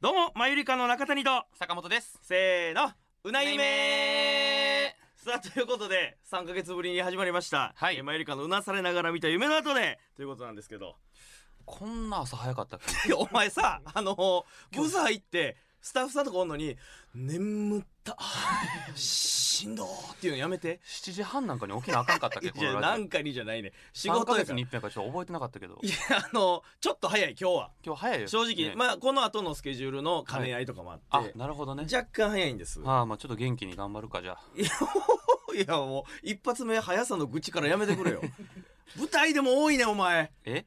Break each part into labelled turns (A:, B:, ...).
A: どうもマユリカの中谷と
B: 坂本です
A: せーのうな
B: な
A: ゆ
B: い
A: めさあということで3か月ぶりに始まりました、
B: はい
A: えーマユリカのうなされながら見た夢の後でということなんですけど
B: こんな朝早かったっけ
A: い やお前さあのブザ入ってスタッフさんとかおんのに「眠った しんどー」っていうのやめて
B: 7時半なんかに起きなあかんかったっけ こ
A: いや
B: のラ
A: な
B: ジ
A: んかにじゃないね仕
B: オ3
A: 事
B: ヶ
A: や
B: 月
A: から
B: に
A: い
B: 一遍かちょっと覚えてなかったけど
A: や あのちょっと早い今日は
B: 今日早いよ
A: 正直、
B: ね
A: まあこの後のスケジュールの兼ね合いとかもあって、
B: あなるほどね
A: 若干早いんです
B: ああまあちょっと元気に頑張るかじゃあ
A: いやもう一発目速さの愚痴からやめてくれよ 舞台でも多いねお前
B: え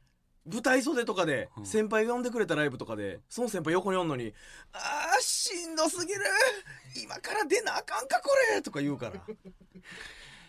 A: 舞台袖とかで
B: うん
A: 先輩が呼んでくれたライブとかでその先輩横におんのに「あーしんどすぎる今から出なあかんかこれ」とか言うから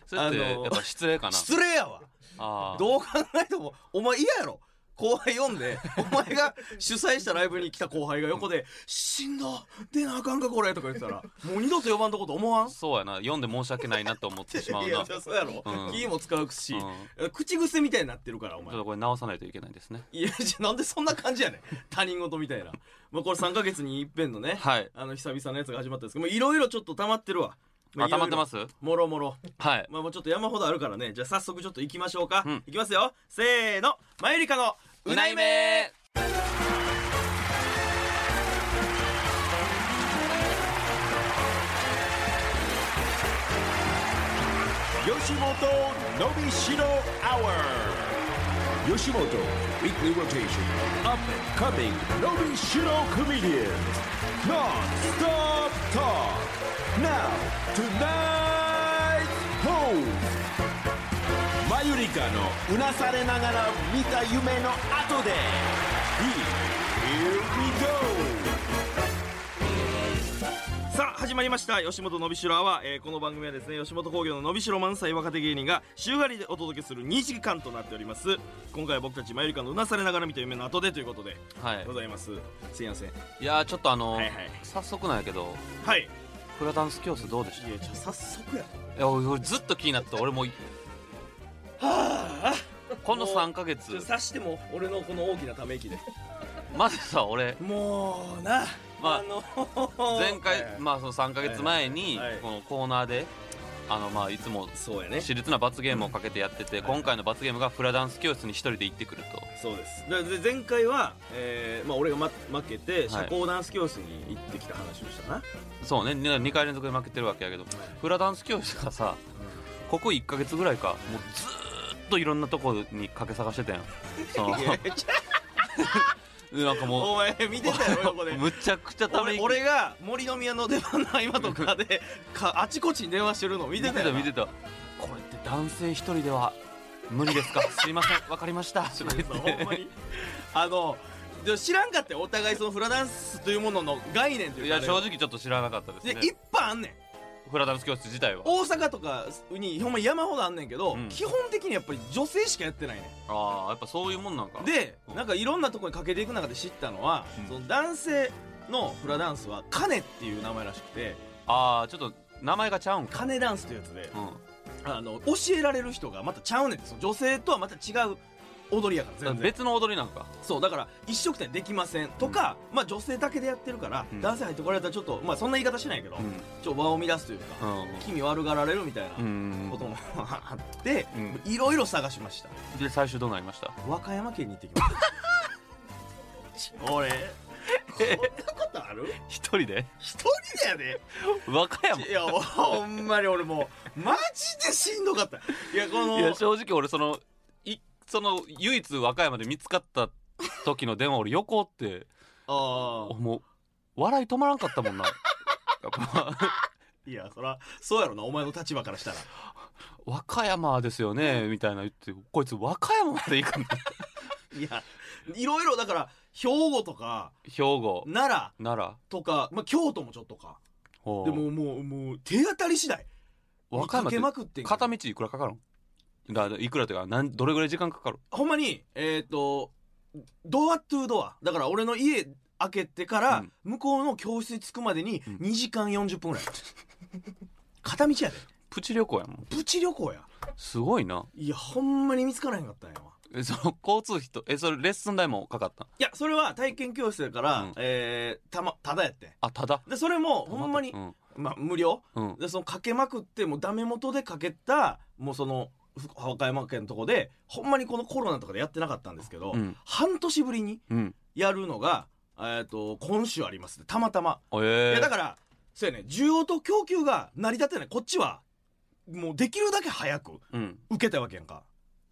B: それ
A: あ
B: って
A: の
B: や
A: ー
B: っぱ失礼かな
A: 失礼やわ
B: ああ
A: どう考えてもお前嫌やろ後輩呼んでお前が主催したライブに来た後輩が横で「しんど出なあかんかこれ」とか言ってたらもう二度と呼ばんとこと思わん
B: そうやな読んで申し訳ないなと思って しまう
A: い
B: なう
A: や
B: ん
A: いやそうやろ、
B: うん
A: 気も使うし、
B: ちょ
A: 口癖みたいになってるからお
B: っ
A: 前
B: とこれ直さないといけないですね
A: いやじゃあなんでそんな感じやねん他人事みたいなまあこれ3か月に一遍のね
B: はい
A: あの久々のやつが始まったんですけどまあいろいろちょっと溜まってるわ、
B: あ溜まってますす
A: もろもろ
B: はい
A: まあもうちょっと山ほどあるからねじゃあ早速ちょっと行きましょうか、
B: うん
A: 行きますよせーのマユリカのうないめ
C: 吉本のびしろアワー吉本 Weekly Rotation Up and Coming のびしろコメディアン Non-Stop Talk Now Tonight Host マユリカのうなされながら見た夢の後で Here we go
A: さあ始まりました吉本のびしろアワー、えーこの番組はですね吉本興業ののびしろ満載若手芸人が週替わりでお届けする2時間となっております今回は僕たちマユリカのうなされながら見た夢の後でということで
B: はい
A: ございますすいません
B: いやーちょっとあのー
A: はいはい
B: 早速なんやけど
A: はいい
B: フラダンス教室どうでしたい
A: やじゃあ早速や
B: や俺俺ずっと気になってた俺も
A: はあ
B: この3ヶ
A: ちょ
B: 月
A: っと刺しても俺のこの大きなため息で
B: まずさ 俺
A: もうな、
B: まあ
A: の
B: 前回、
A: はい
B: まあその3ヶ月前に
A: はいはい
B: このコーナーであのまあいつも
A: そうやね
B: 熾烈な罰ゲームをかけてやってて今回の罰ゲームがフラダンス教室に一人で行ってくると
A: そうですだで前回は、えーまあ、俺が、ま、負けて社交ダンス教室に行ってきた話をしたな、
B: そうね2回連続で負けてるわけやけどフラダンス教室がさここ1ヶ月ぐらいかもうずーっといろんなとこにかけ探してたやんその なんかも
A: お前見てたよ横
B: う
A: で
B: むちゃくちゃため
A: 俺
B: 息
A: 俺が森の宮の出番の合間とかでかあちこちに電話してるの見てたよな
B: 見てた見てたこれって男性一人では無理ですかすいませんわかりましたとか言っ
A: ほんま
B: て
A: にあのでも知らんかったよお互いそのフラダンスというものの概念と
B: い
A: いうか
B: や
A: あれ
B: 正直ちょっと知らなかったです
A: で
B: ね
A: いっぱいあんねん
B: フラダンス教室自体は
A: 大阪とかにほんま山ほどあんねんけど、
B: うん
A: 基本的にやっぱり女性しかやってないね
B: ああやっぱそういうもんなんか
A: んで
B: うん
A: なんかいろんなとこにかけていく中で知ったのは、
B: うん
A: その男性のフラダンスはカネっていう名前らしくて
B: ああちょっと名前がちゃうんか
A: カネダンスというやつで
B: う、ん
A: あの教えられる人がまたちゃうねんその女性とはまた違う踊りやから全然
B: 別の踊りなんか
A: そうだから一緒くたにできませんとか、まあ女性だけでやってるから、
B: うん
A: 男性入ってこられたらちょっとまあそんな言い方しないけど、
B: うん
A: ちょっと輪を乱すというか、気味悪がられるみたい
B: うんう
A: なんこともあって
B: うん
A: いろいろ探しました
B: で最終どうなりました
A: 和歌山県に行ってきました 俺こんなことある
B: 一人で
A: 一人でやで
B: 和歌山
A: いやほんまに俺もうマジでしんどかったいやこの
B: いや正直俺そのいその唯一和歌山で見つかった時の電話俺横って
A: ああ
B: もう笑い止まらんかった もんなやっぱ
A: いやそらそうやろなお前の立場からしたら
B: 和歌山ですよねみたいな言ってこいつ和歌山まで行くんだ
A: いやいろいろだから兵庫とか
B: 兵庫
A: 奈良
B: 奈良
A: とか、まあ、京都もちょっとか
B: ほ
A: で
B: う
A: ももうもう手当たり次第
B: 和歌山
A: か
B: って
A: けまくってんけど
B: 片道いくらかかるんだいくらというかなんどれぐらい時間かかる
A: ほんまにえっ、とドアトゥードアだから俺の家開けてから
B: うん
A: 向こうの教室に着くまでに
B: うん
A: 2時間40分ぐらい、片道やで
B: プチ旅行やもん
A: プチ旅行や
B: すごいない
A: やほんまに見つからへんかったんやわ
B: えその交通費とえそれレッスン代もかかった
A: いやそれは体験教室やから、
B: うん
A: えーたまただやって
B: あただ
A: でそれもほんまに、
B: うん
A: まあ無料
B: うん
A: でそのかけまくってもうダメ元でかけたもうそのふ和歌山県のとこでほんまにこのコロナとかでやってなかったんですけど、
B: うん
A: 半年ぶりに
B: うん
A: やるのが、えー、と今週ありますねたまたま、
B: え
A: い
B: ー
A: やだからそうやね需要と供給が成り立ってないこっちはもうできるだけ早く
B: うん
A: 受けたいわけやんかわ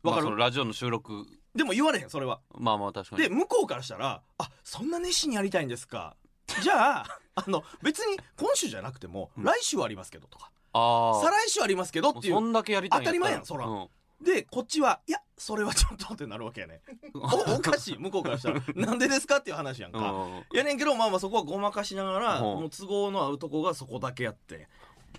B: ま
A: か
B: あ
A: る、
B: そのラジオの収録
A: でも言われへんそれは
B: まあまあ確かに
A: で向こうからしたら「あそんな熱心にやりたいんですか」じゃああの別に今週じゃなくても
B: うん
A: 来週はありますけどとか、
B: あ
A: 再来週ありますけどっ
B: あ
A: てい
B: そ
A: うん
B: だけやりたいんった
A: 当たり前やんそら
B: うん
A: でこっちはいやそれはちょっとってなるわけ やねおおかしい向こうからしたらなんでですかっていう話やんか、
B: う
A: やねんけどまあまあそこはごまかしながら、
B: うん
A: もう都合の合うとこがそこだけやって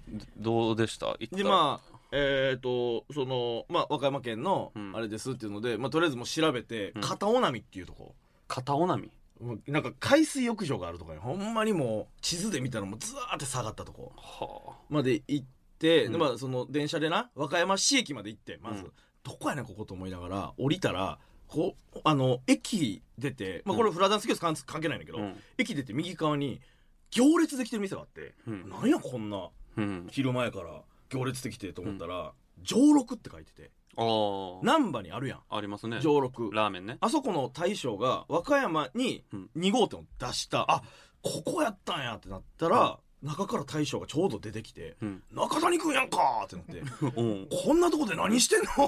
B: んどうでした行った
A: でまあえっ、とそのまあ和歌山県の
B: うん
A: あれですっていうので、まあ、とりあえずもう調べて
B: うん
A: 片尾波っていうとこ、
B: 片尾波
A: もうなんか海水浴場があるとかねほんまにもう地図で見たらもうずわーって下がったとこ
B: は
A: まで行って、
B: うん
A: でまあその電車でな和歌山市駅まで行ってまず、
B: うん
A: どこやねんここと思いながら降りたらこうあの駅出て、まあ、これフラダンス教室関関係ないんだけ
B: あ
A: ど、
B: うん
A: 駅出て右側に行列できてる店があって、
B: うん
A: なんやこんな
B: うん
A: 昼前から行列できてと思ったら「上六」って書いてて
B: あー
A: 難波にあるやん
B: ありますね
A: 上六
B: ラーメンね
A: あそこの大将が和歌山に
B: うん
A: 2号店を出した、あここやったんやってなったら、中から大将がちょうど出てきて
B: うん
A: 「中谷君やんか!」ってなって
B: うん
A: 「こんなとこで何してんの?」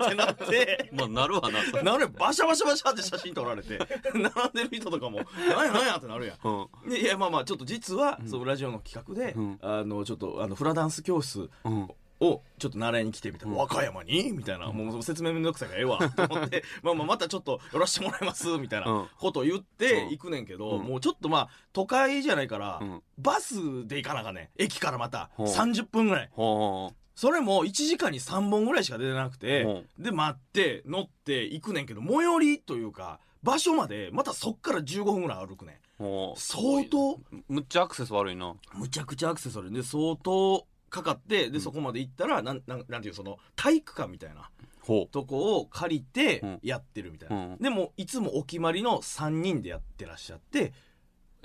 A: ってなって。
B: まあなるわなそれ
A: なるやんバシャバシャバシャって写真撮られて並んでる人とかも「なんやなんや」ってなるやん
B: うん
A: でいやまあまあちょっと実は、
B: うん
A: そのラジオの企画で、
B: うん
A: あのちょっとあのフラダンス教室
B: うん
A: をちょっと習いに来てみたいな、
B: うん
A: 和歌山にみたいな、もう説明めんどくさいからええわと思ってまあまあまたちょっと寄らせてもらいますみたい
B: うん
A: なことを言って
B: うん
A: 行くねんけど、
B: うん
A: もうちょっとまあ都会じゃないから、
B: うん
A: バスで行かなあかんねん駅からまた
B: ほう
A: 30分ぐらい
B: は
A: それも1時間に3本ぐらいしか出てなく
B: あ
A: て、で待って乗って行くねんけど最寄りというか場所までまたそっから15分ぐらい歩くねん相当
B: むっちゃアクセス悪いな
A: むちゃくちゃアクセスあるんで相当かかってでそこまで行ったらなんなんなんていうその体育館みたいな
B: ほ
A: とこを借りて
B: うん
A: やってるみたいな、
B: うん
A: でもいつもお決まりの3人でやってらっしゃって、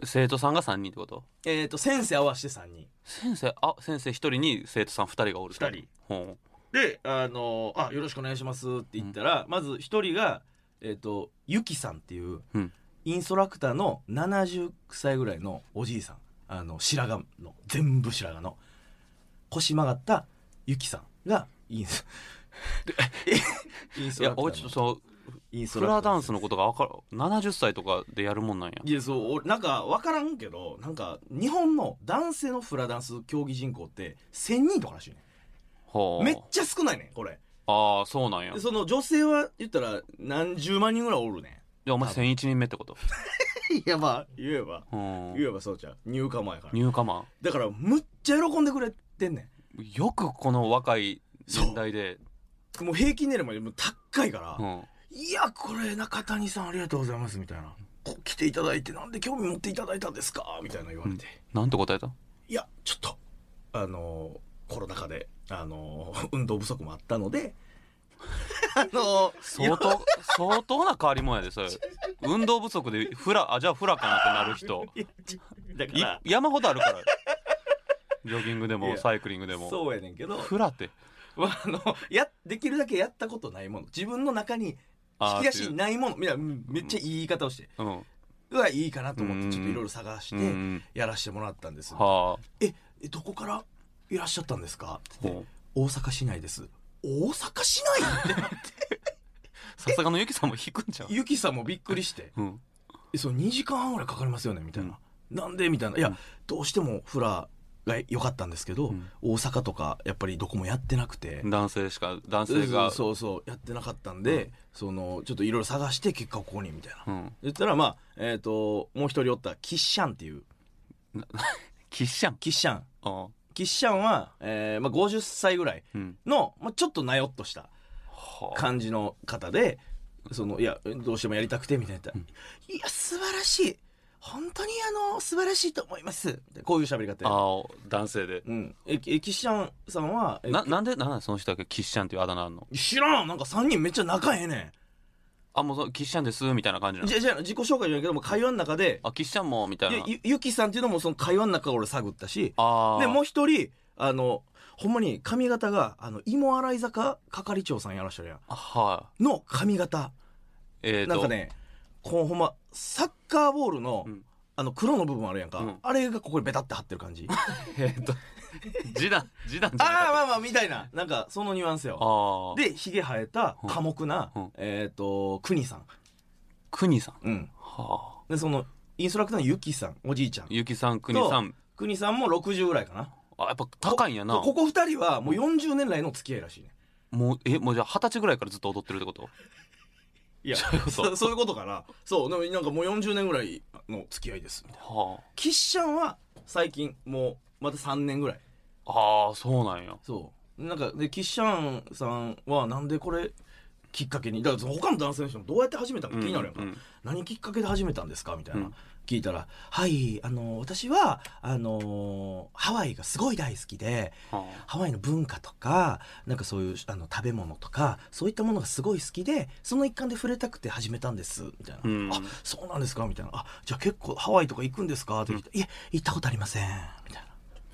B: う生徒さんが3人ってこと
A: えー、と先生合わせて3人
B: 先生あ先生1人に生徒さん2人がおるってこと
A: 二人
B: ほ
A: で「あのあよろしくお願いします」って言ったら、まず1人が、えー、とゆきさんっていう、
B: うん
A: インストラクターの70歳ぐらいのおじいさんあの白髪の全部白髪の腰曲がったゆきさんがインス インストラクターの
B: ういや俺ちょっとそ
A: インスト
B: のフ
A: ラ
B: ラ
A: クター
B: ダンスのことがわかる70歳とかでやるもんなんや
A: いやそう俺なんか分からんけどなんか日本の男性のフラダンス競技人口って1000人とからしいね
B: ほう
A: めっちゃ少ないねんこれ
B: ああそうなんや
A: でその女性は言ったら何十万人ぐらいおるね
B: じゃあお前1001人目ってこと
A: んいやまあ言えば
B: うん
A: 言えばそうちゃう入荷前から
B: 入荷マ
A: だからむっちゃ喜んでくれてんね
B: ンよくこの若い年代で
A: んもう平均年齢までもう高いから、
B: うん
A: いやこれ中谷さんありがとうございますみたいなこ来ていただいてなんで興味持っていただいたんですかみたいな言われて、
B: なんて答えた
A: いやちょっとあのーコロナ禍で、あのー 運動不足もあったので あのー
B: 相当相当な変わりもんやでそれ運動不足でフラあじゃあフラかなってなる人
A: いやちだか
B: い
A: ら
B: 山ほどあるから ジョギングで
A: い
B: も
A: や
B: サイクリングでも
A: そうやねんけど、
B: フラって
A: まあ、あのやできるだけやったことないもの自分の中に
B: あー
A: 引き出し
B: って
A: に
B: いう
A: ないものみたいなうんめっちゃいい言い方をして、
B: うん
A: うわいいかなと思っ
B: うん
A: てちょっといろいろ探し
B: う
A: て
B: ん
A: やらしてもらったんです、
B: は
A: ええどこからいらっしゃったんですか
B: あ
A: って言って
B: ほう
A: 大阪市内です大阪市内 ってなって
B: さすがのゆきさんも引くんじゃん
A: ゆきさんもびっくりして
B: うん
A: えその2時間半ぐらいかかりますよねみたいな、なんでみたいないや、
B: うん
A: どうしてもフラが良かったんですけど、
B: うん
A: 大阪とかやっぱりどこもやってなくて、
B: 男性しか男性が
A: そうそうやってなかったんで、そのちょっといろいろ探して結果ここにみたいな、
B: うん
A: 言ったらまあえっ、ともう一人おったキッシャンっていう
B: キキッシャン
A: キッシャン
B: あ
A: キッシャンは、えーまあ、50歳ぐらい
B: うん
A: の、まあ、ちょっとなよっとした
B: はあ
A: 感じの方でそのいやどうしてもやりたくてみたいな、いや素晴らしい本当にあの素晴らしいと思いますでこういう喋り方や
B: あー男性で
A: うんええキッシャンさんはえ
B: ななんでなんなんその人だけキッシャンっていうあだ名あんの
A: 知らんなんか3人めっちゃ仲ええね
B: あもうそのキッシャンですみたいな感じなんの
A: じゃじゃ自己紹介じゃないけども会話の中で
B: あキッシャンもみたい
A: い
B: な
A: やゆゆきさんっていうのもその会話の中俺探ったし
B: ああ
A: でもう一人あのほんまに髪型があの芋洗坂係長さんやらっしゃるやん
B: は
A: の髪型
B: いえー、と
A: なんかねこうほんまサッカーボールの、
B: うん
A: あの黒の部分あるやんか、
B: うん
A: あれがここにベタって貼ってる感じあ
B: えー、と次男次男じゃ
A: あ
B: ない
A: まあまあみたいななんかそのニュアンスよ
B: ああで
A: でひげ生えた寡黙な、
B: うん
A: えっ、と国さん
B: 国さん
A: うん
B: はあ
A: でそのインストラクターのゆきさんおじいちゃん
B: ゆきさん国さん
A: 国さんも60ぐらいかな
B: あやっぱ高いんやな
A: こここ2人はもう40年来の付き合いらしいね
B: もうえもうじゃあ二十歳ぐらいからずっと踊ってるってこと
A: いや
B: そういうこと
A: そそういうことからそうでもなんかもう40年ぐらいの付き合いですみたいな
B: は
A: キッシャンは最近もうまた3年ぐらい
B: あああそうなんや
A: そうなんかでキッシャンさんはなんでこれきっかけにだからその他の男性の人もどうやって始めたのか気になるやんか、
B: うんうんうん
A: 何きっかけで始めたんですかみたいな、
B: うん
A: 聞いたら「はいあの私はあのハワイがすごい大好きで
B: は
A: ハワイの文化とかなんかそういうあの食べ物とかそういったものがすごい好きでその一環で触れたくて始めたんです」みたいな「
B: うん
A: あそうなんですか」みたいな「あじゃあ結構ハワイとか行くんですか?」って聞いて「いえ行ったことありません」みた いな。
B: あ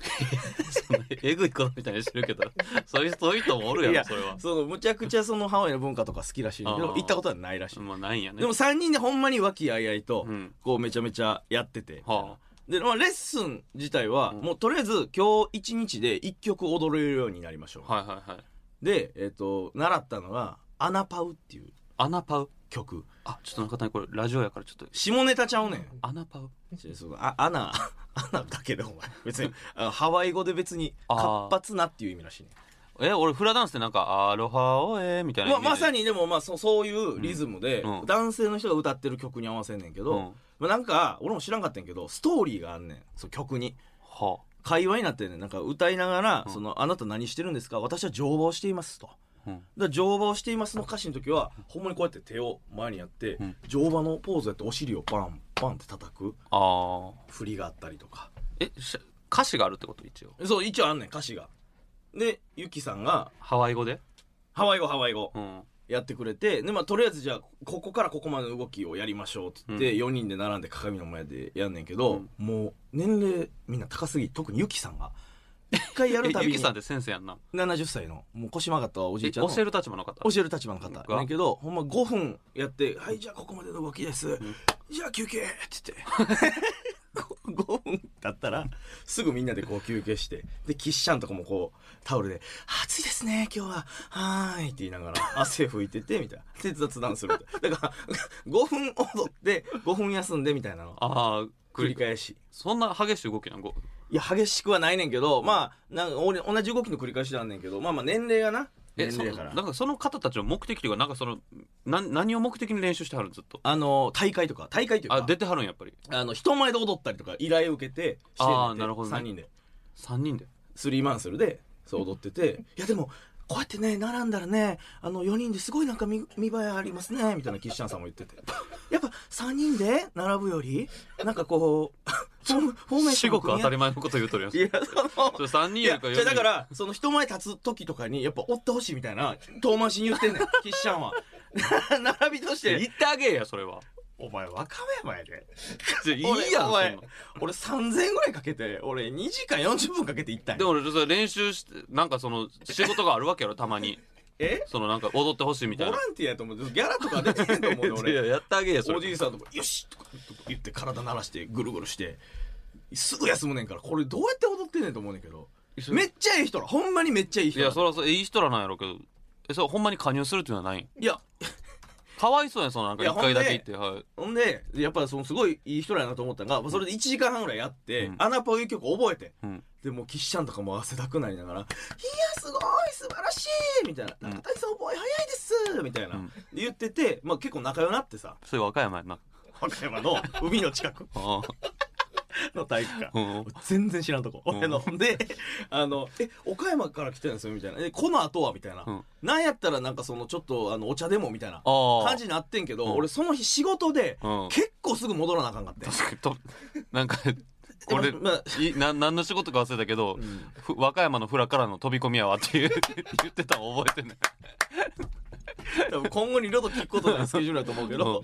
B: えぐいことみたいにしてるけど そういうそういう人もおるやろそれは
A: そのむちゃくちゃそのハワイの文化とか好きらしいんだけど
B: あー
A: 行ったことはないらしい、
B: まあないんやね
A: でも3人でほんまに和気あいあいと、
B: うん
A: こうめちゃめちゃやってて、
B: は
A: で、まあ、レッスン自体は、もうとりあえず今日一日で1曲踊れるようになりましょう、
B: あはいはいはい
A: で、えっと習ったのが「アナパウ」っていう
B: アナパウ
A: 曲
B: あちょっと中谷これラジオやからちょっと
A: 下ネタちゃうねん
B: アナパウ
A: ちょそのあアナ アナだけでお前別にあハワイ語で別に
B: あ
A: 活
B: ー
A: 発なっていう意味らしいね
B: え俺フラダンスってなんかアロハオエみたいなイメ
A: ま
B: ージで
A: まさにでもまあそそういうリズムで、
B: うんうん
A: 男性の人が歌ってる曲に合わせんねんけど、
B: うん
A: まあ、なんか俺も知らんかったんやけどストーリーがあんねんそう曲に
B: は
A: 会話になってんねんなんか歌いながら、その「あなた何してるんですか私は乗馬をしています」と。
B: あうん
A: だから乗馬をしていますの歌詞の時はほんまにこうやって手を前にやって、
B: ん
A: 乗馬のポーズやってお尻をパンパンって叩く
B: ああ
A: 振りがあったりとか
B: えし歌詞があるってこと一応
A: そう一応あんねん歌詞がでユキさんが
B: ハワイ語で
A: ハワイ語ハワイ語
B: うん
A: やってくれてで、まあ、とりあえずじゃあここからここまでの動きをやりましょうって言って、
B: うん
A: 4人で並んで鏡の前でやんねんけど、もう年齢みんな高すぎ特にユキさんが一回や
B: え
A: るたび
B: ゆき
A: に
B: さんって先生やんな
A: 70歳のもう腰曲がったおじ
B: え
A: いちゃん
B: 教
A: の
B: える立場の方
A: 教える立場の方
B: が
A: やねんけどほんま5分やって「はいじゃあここまでの動きです、じゃあ休憩」って言って5分経ったらすぐみんなでこう休憩してでキッシャンとかもこうタオルで「暑いですね今日ははーい」って言いなが ら汗拭いててみたいなで雑談するみたいなだから5分踊って5分休んでみたいなの
B: ああ
A: 繰り返し
B: そんな激しい動きなんご
A: いや激しくはないねんけどまあなんか俺同じ動きの繰り返しなんねんけどまあまあ年齢がな
B: え
A: 年
B: そ
A: 齢
B: な
A: やから
B: んかその方たちの目的というかなんかそのな何を目的に練習してはるんずっと
A: あの大会とか大会というか
B: あ出てはるんやっぱり
A: あの人前で踊ったりとか依頼を受けてしてんねんて
B: あーなるほどね
A: 3人で
B: 3人で
A: スリーマンスルでそう踊ってていやでもこうやってね並んだらねあの4人ですごいなんか見見栄えありますねみたいなキッシャンさんも言っててやっぱ3人で並ぶよりなんかこうフォームフォーメーシ
B: 至
A: ョンを
B: 極
A: 組
B: 当
A: み合
B: たり前のこと言うとるやん
A: いやその
B: それ3人
A: い
B: よ
A: や
B: りか
A: じゃあだか
B: 4
A: らその人前立つ時とかにやっぱ追ってほしいみたいな遠回しに言ってんねんキッシャンは 並びとし
B: 人
A: て
B: 言ってあげえやそれは
A: お前若山やで
B: いやいいやん
A: お
B: そんな
A: 前
B: ん
A: 俺3000円ぐらいかけて俺2時間40分かけて行ったんや
B: でも俺それ練習してなんかその仕事があるわけやろたまに
A: え
B: そのなんか踊ってほしいみ
A: ボ
B: たい
A: ラ
B: な
A: ンティアやと思ってギャラとか出てへんと思うよ
B: いや
A: 俺
B: やってあげえやそれ
A: おじいさんとか「よし!」とか言って体鳴らしてぐるぐるしてすぐ休むねんからこれどうやって踊ってんねんと思うねんけど
B: それ
A: めっちゃいい人らほんまにめっちゃいい
B: い
A: 人ら
B: やそれはそういい人らなんやろうけどえそれほんまに加入するっていうのはないん
A: いや
B: かわいそうやんそのなんか
A: いや
B: 1回だけ行ってはい
A: ほんでやっぱそのすごいいい人らやなと思ったのがそれで1時間半ぐらいやって、
B: うん
A: アナパウいう曲覚えて、
B: うん
A: でもうキッシャンとかも汗だくなりなが ら「いやすごい素晴らしい!」みたいな「
B: ん
A: 中谷さん覚え早いです!」みたいな、
B: うん
A: 言ってて、まあ、結構仲良くなってさ
B: それ和歌山やんな
A: 和歌山の海の近く
B: あ
A: の体育館、
B: うん
A: 全然知らんとこ、
B: ん
A: 俺のであの「え岡山から来てるんですよ」みたいな「えこの後は」みたいな、
B: うん
A: なんやったらなんかそのちょっとあのお茶でもみたいな
B: ああ
A: 感じになってんけど、
B: うん
A: 俺その日仕事で、
B: うん
A: 結構すぐ戻らなあかんかって
B: 確かにとなんかこれ
A: でもまあ
B: いな何の仕事か忘れたけど、
A: ん
B: ふ和歌山のフラからの飛び込みやわっていう 言ってたの覚えてない
A: 多分今後二度と聞くことないスケジュールだと思うけど、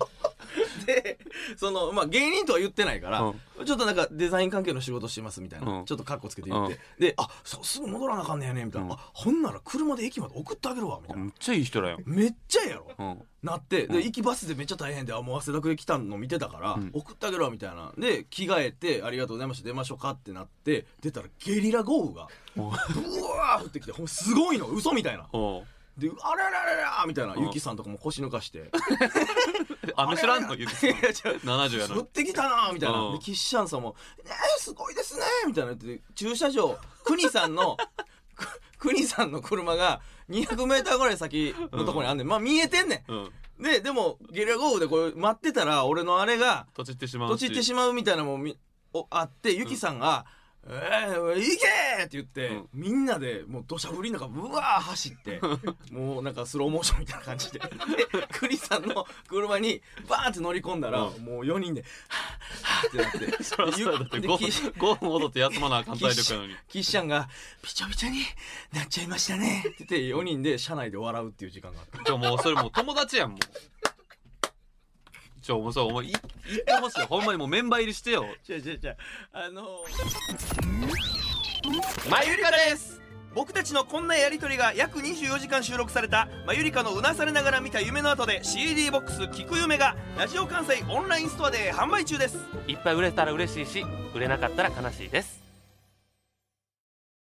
A: でその、まあ、芸人とは言ってないから、ちょっとなんかデザイン関係の仕事してますみたいな、
B: うん
A: ちょっとカッコつけて言って、
B: うん
A: で「あそうすぐ戻らなあかんねやね」みたいな、
B: うん
A: あほんなら車で駅まで送ってあげるわ」みたいな、
B: めっちゃいい人だよ、
A: めっちゃええやろ、
B: うん、
A: なってで行きバスでめっちゃ大変であもう汗だくで来たの見てたから、
B: ん
A: 送ってあげろみたいなで着替えて「ありがとうございました出ましょうか」ってなって出たらゲリラ豪雨がうわー降ってきてほんますごいの嘘みたいな
B: おう
A: で「あらららら」みたいな
B: うん
A: ゆきさんとかも腰抜かして
B: 雨知らんのゆきさん
A: いや違う
B: 70やの
A: 降ってきたなみたいな、
B: うん
A: でキッシャンさんも「ねえすごいですね」みたいな言って駐車場国さんのく国さんの車が 200m ぐらい先のところにあんねん、まあ見えてんね
B: に、うん、
A: んででもゲリラ豪雨でこう待ってたら俺のあれが
B: とちってしま
A: と
B: う
A: ち
B: し
A: ってしまうみたいなのもみおあってゆきさんが「えー、行け!」って言って、
B: うん
A: みんなでもう土砂降りの中うわー走ってもうなんかスローモーションみたいな感じでで栗さんの車にバーンって乗り込んだら、
B: う
A: もう4人で「はぁはぁってなって
B: そらそうだって
A: で
B: 5
A: き
B: 分戻って休まなあかん体力やの に
A: キッシャンが「びちょびちょになっちゃいましたね」って言って4人で車内で笑うっていう時間があった。
B: じゃもうそれもう友達やんもうちょもうそれお前い言ってほしいよほんまにもうメンバー入りしてよ
A: 違う違う違うあの
D: まゆりかです僕たちのこんなやりとりが約24時間収録されたまゆりかのうなされながら見た夢の後で CD ボックス聞く夢がラジオ関西オンラインストアで販売中です
E: いっぱい売れたら嬉しいし売れなかったら悲しいです